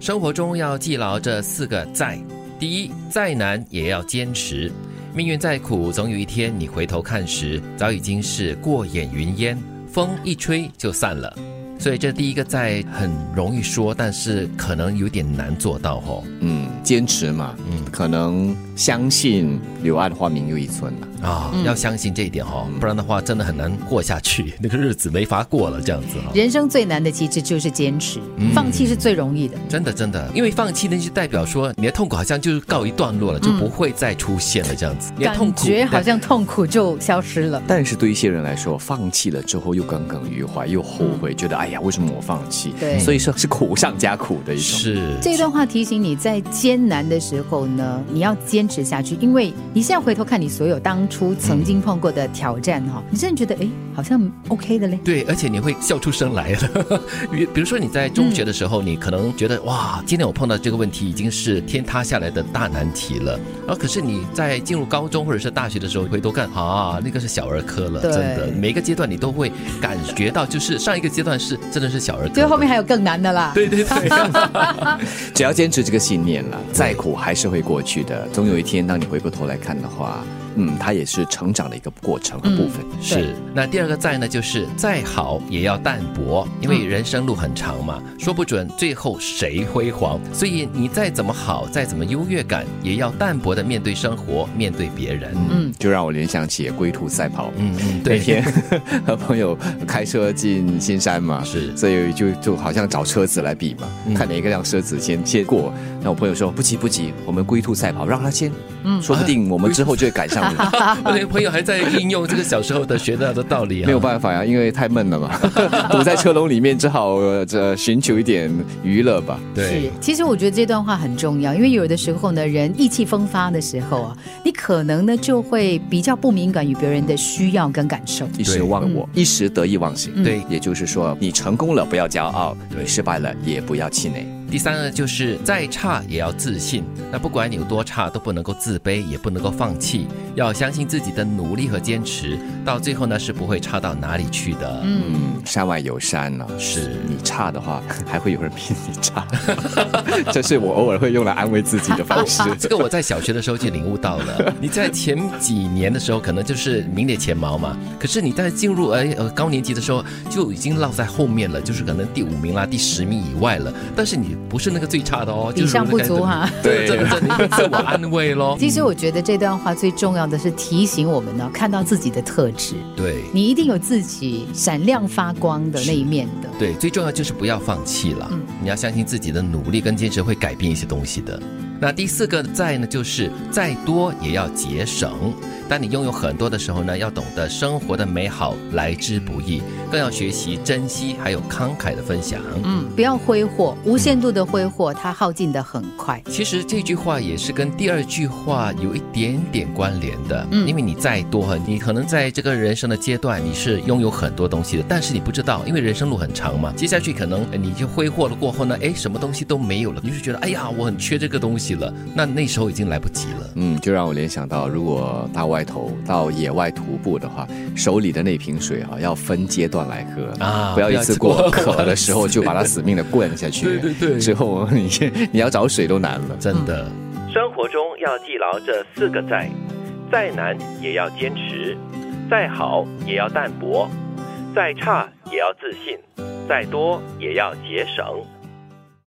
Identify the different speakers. Speaker 1: 生活中要记牢这四个“在”：第一，再难也要坚持。命运再苦，总有一天你回头看时，早已经是过眼云烟，风一吹就散了。所以这第一个“在”很容易说，但是可能有点难做到哦。
Speaker 2: 嗯，坚持嘛，
Speaker 1: 嗯
Speaker 2: 可能相信柳暗花明又一村嘛。
Speaker 1: 啊、要相信这一点哦，不然的话真的很难过下去，那个日子没法过了这样子哈、哦。
Speaker 3: 人生最难的其实就是坚持，
Speaker 1: 嗯
Speaker 3: 放弃是最容易的。
Speaker 1: 真的真的，因为放弃呢，就代表说你的痛苦好像就是告一段落了，就不会再出现了这样子。你的痛
Speaker 3: 感
Speaker 1: 苦
Speaker 3: 觉好像痛苦就消失了。
Speaker 2: 但是对一些人来说，放弃了之后又耿耿于怀，又后悔，觉得哎呀，为什么我放弃？
Speaker 3: 对
Speaker 2: 所以说是苦上加苦的一种。
Speaker 1: 是
Speaker 3: 这段话提醒你在艰难的时候呢，你要坚持下去，因为你现在回头看你所有当初曾经碰过的挑战
Speaker 1: 嗯
Speaker 3: 哈、你真的觉得哎，好像 OK 的嘞。
Speaker 1: 对，而且你会笑出声来 了。比比如说你在中学的时候，你可能觉得哇，今天我碰到这个问题已经是天塌下来的大难题了。然后可是你在进入高中或者是大学的时候，回头看啊，那个是小儿科了，
Speaker 3: 对
Speaker 1: 真的。每个阶段你都会感觉到，就是上一个阶段是真的是小儿科
Speaker 3: 最
Speaker 1: 的，
Speaker 3: 后面还有更难的啦。
Speaker 1: 对对 对。
Speaker 2: 只要坚持这个信念了，再苦还是会过去的。总有一天，当你回过头来看的话，嗯，它也是成长的一个过程和部分。
Speaker 1: 是，那第二个在呢，就是再好也要淡泊，因为人生路很长嘛，
Speaker 2: 嗯
Speaker 1: 说不准最后谁辉煌，所以你再怎么好，再怎么优越感，也要淡泊的面对生活，面对别人。
Speaker 2: 嗯，就让我联想起龟兔赛跑。
Speaker 1: 嗯嗯，
Speaker 2: 那
Speaker 1: 对，
Speaker 2: 天 和朋友开车进新山嘛，
Speaker 1: 是
Speaker 2: 所以就就好像找车子来比嘛，
Speaker 1: 嗯
Speaker 2: 看哪一个辆车子先先过。那我朋友说不急不急，我们龟兔赛跑，让他先，说不定我们之后就会赶上你。
Speaker 1: 我那个朋友还在应用这个小时候的学到的道理啊。
Speaker 2: 没有办法呀、因为太闷了嘛，躲在车笼里面，只好呃这寻求一点娱乐吧。
Speaker 1: 对
Speaker 3: 是，，其实我觉得这段话很重要，因为有的时候呢，人意气风发的时候啊，你可能呢就会比较不敏感于别人的需要跟感受。
Speaker 2: 一时忘我，一时得意忘形。
Speaker 1: 对
Speaker 2: 也就是说，你成功了不要骄傲，
Speaker 1: 对
Speaker 2: 你失败了也不要气馁。
Speaker 1: 第三呢，就是再差也要自信。那不管你有多差，都不能够自卑，也不能够放弃，要相信自己的努力和坚持，到最后呢是不会差到哪里去的。
Speaker 2: 嗯，山外有山呢、
Speaker 1: 是
Speaker 2: 你差的话，还会有人比你差。 这是我偶尔会用来安慰自己的方式。
Speaker 1: 这个我在小学的时候就领悟到了。你在前几年的时候，可能就是名列前茅嘛。可是你在进入呃呃高年级的时候，就已经落在后面了，就是可能第五名啦、第十名以外了。但是你不是那个最差的哦，
Speaker 3: 比上不足啊哈、
Speaker 1: 就是那个。对，这这自我安慰咯。
Speaker 3: 其实我觉得这段话最重要的是提醒我们呢，看到自己的特质，
Speaker 1: 对
Speaker 3: 你一定有自己闪亮发光的那一面的。
Speaker 1: 对，最重要就是不要放弃了。你要相信自己的努力跟坚持会改变一些东西的。那第四个在呢，就是再多也要节省。当你拥有很多的时候呢，要懂得生活的美好来之不易，更要学习珍惜还有慷慨的分享。
Speaker 3: 嗯，不要挥霍，无限度的挥霍，它耗尽的很快。
Speaker 1: 其实这句话也是跟第二句话有一点点关联的，
Speaker 3: 嗯
Speaker 1: 因为你再多，你可能在这个人生的阶段你是拥有很多东西的，但是你不知道，因为人生路很长嘛，接下去可能呃你就挥霍了过后呢，哎，什么东西都没有了，你就觉得哎呀，我很缺这个东西了，那那时候已经来不及了。
Speaker 2: 嗯，就让我联想到，如果到外头到野外徒步的话，手里的那瓶水啊，要分阶段来喝
Speaker 1: 啊
Speaker 2: 不要一次
Speaker 1: 不要
Speaker 2: 过
Speaker 1: 一次过
Speaker 2: 渴的时候就把它死命的灌下去。
Speaker 1: 对对对
Speaker 2: 之后你你要找水都难了。
Speaker 1: 真的。生活中要记牢这四个在，再难也要坚持，再好也要淡泊，再差也要自信，再多也要节省。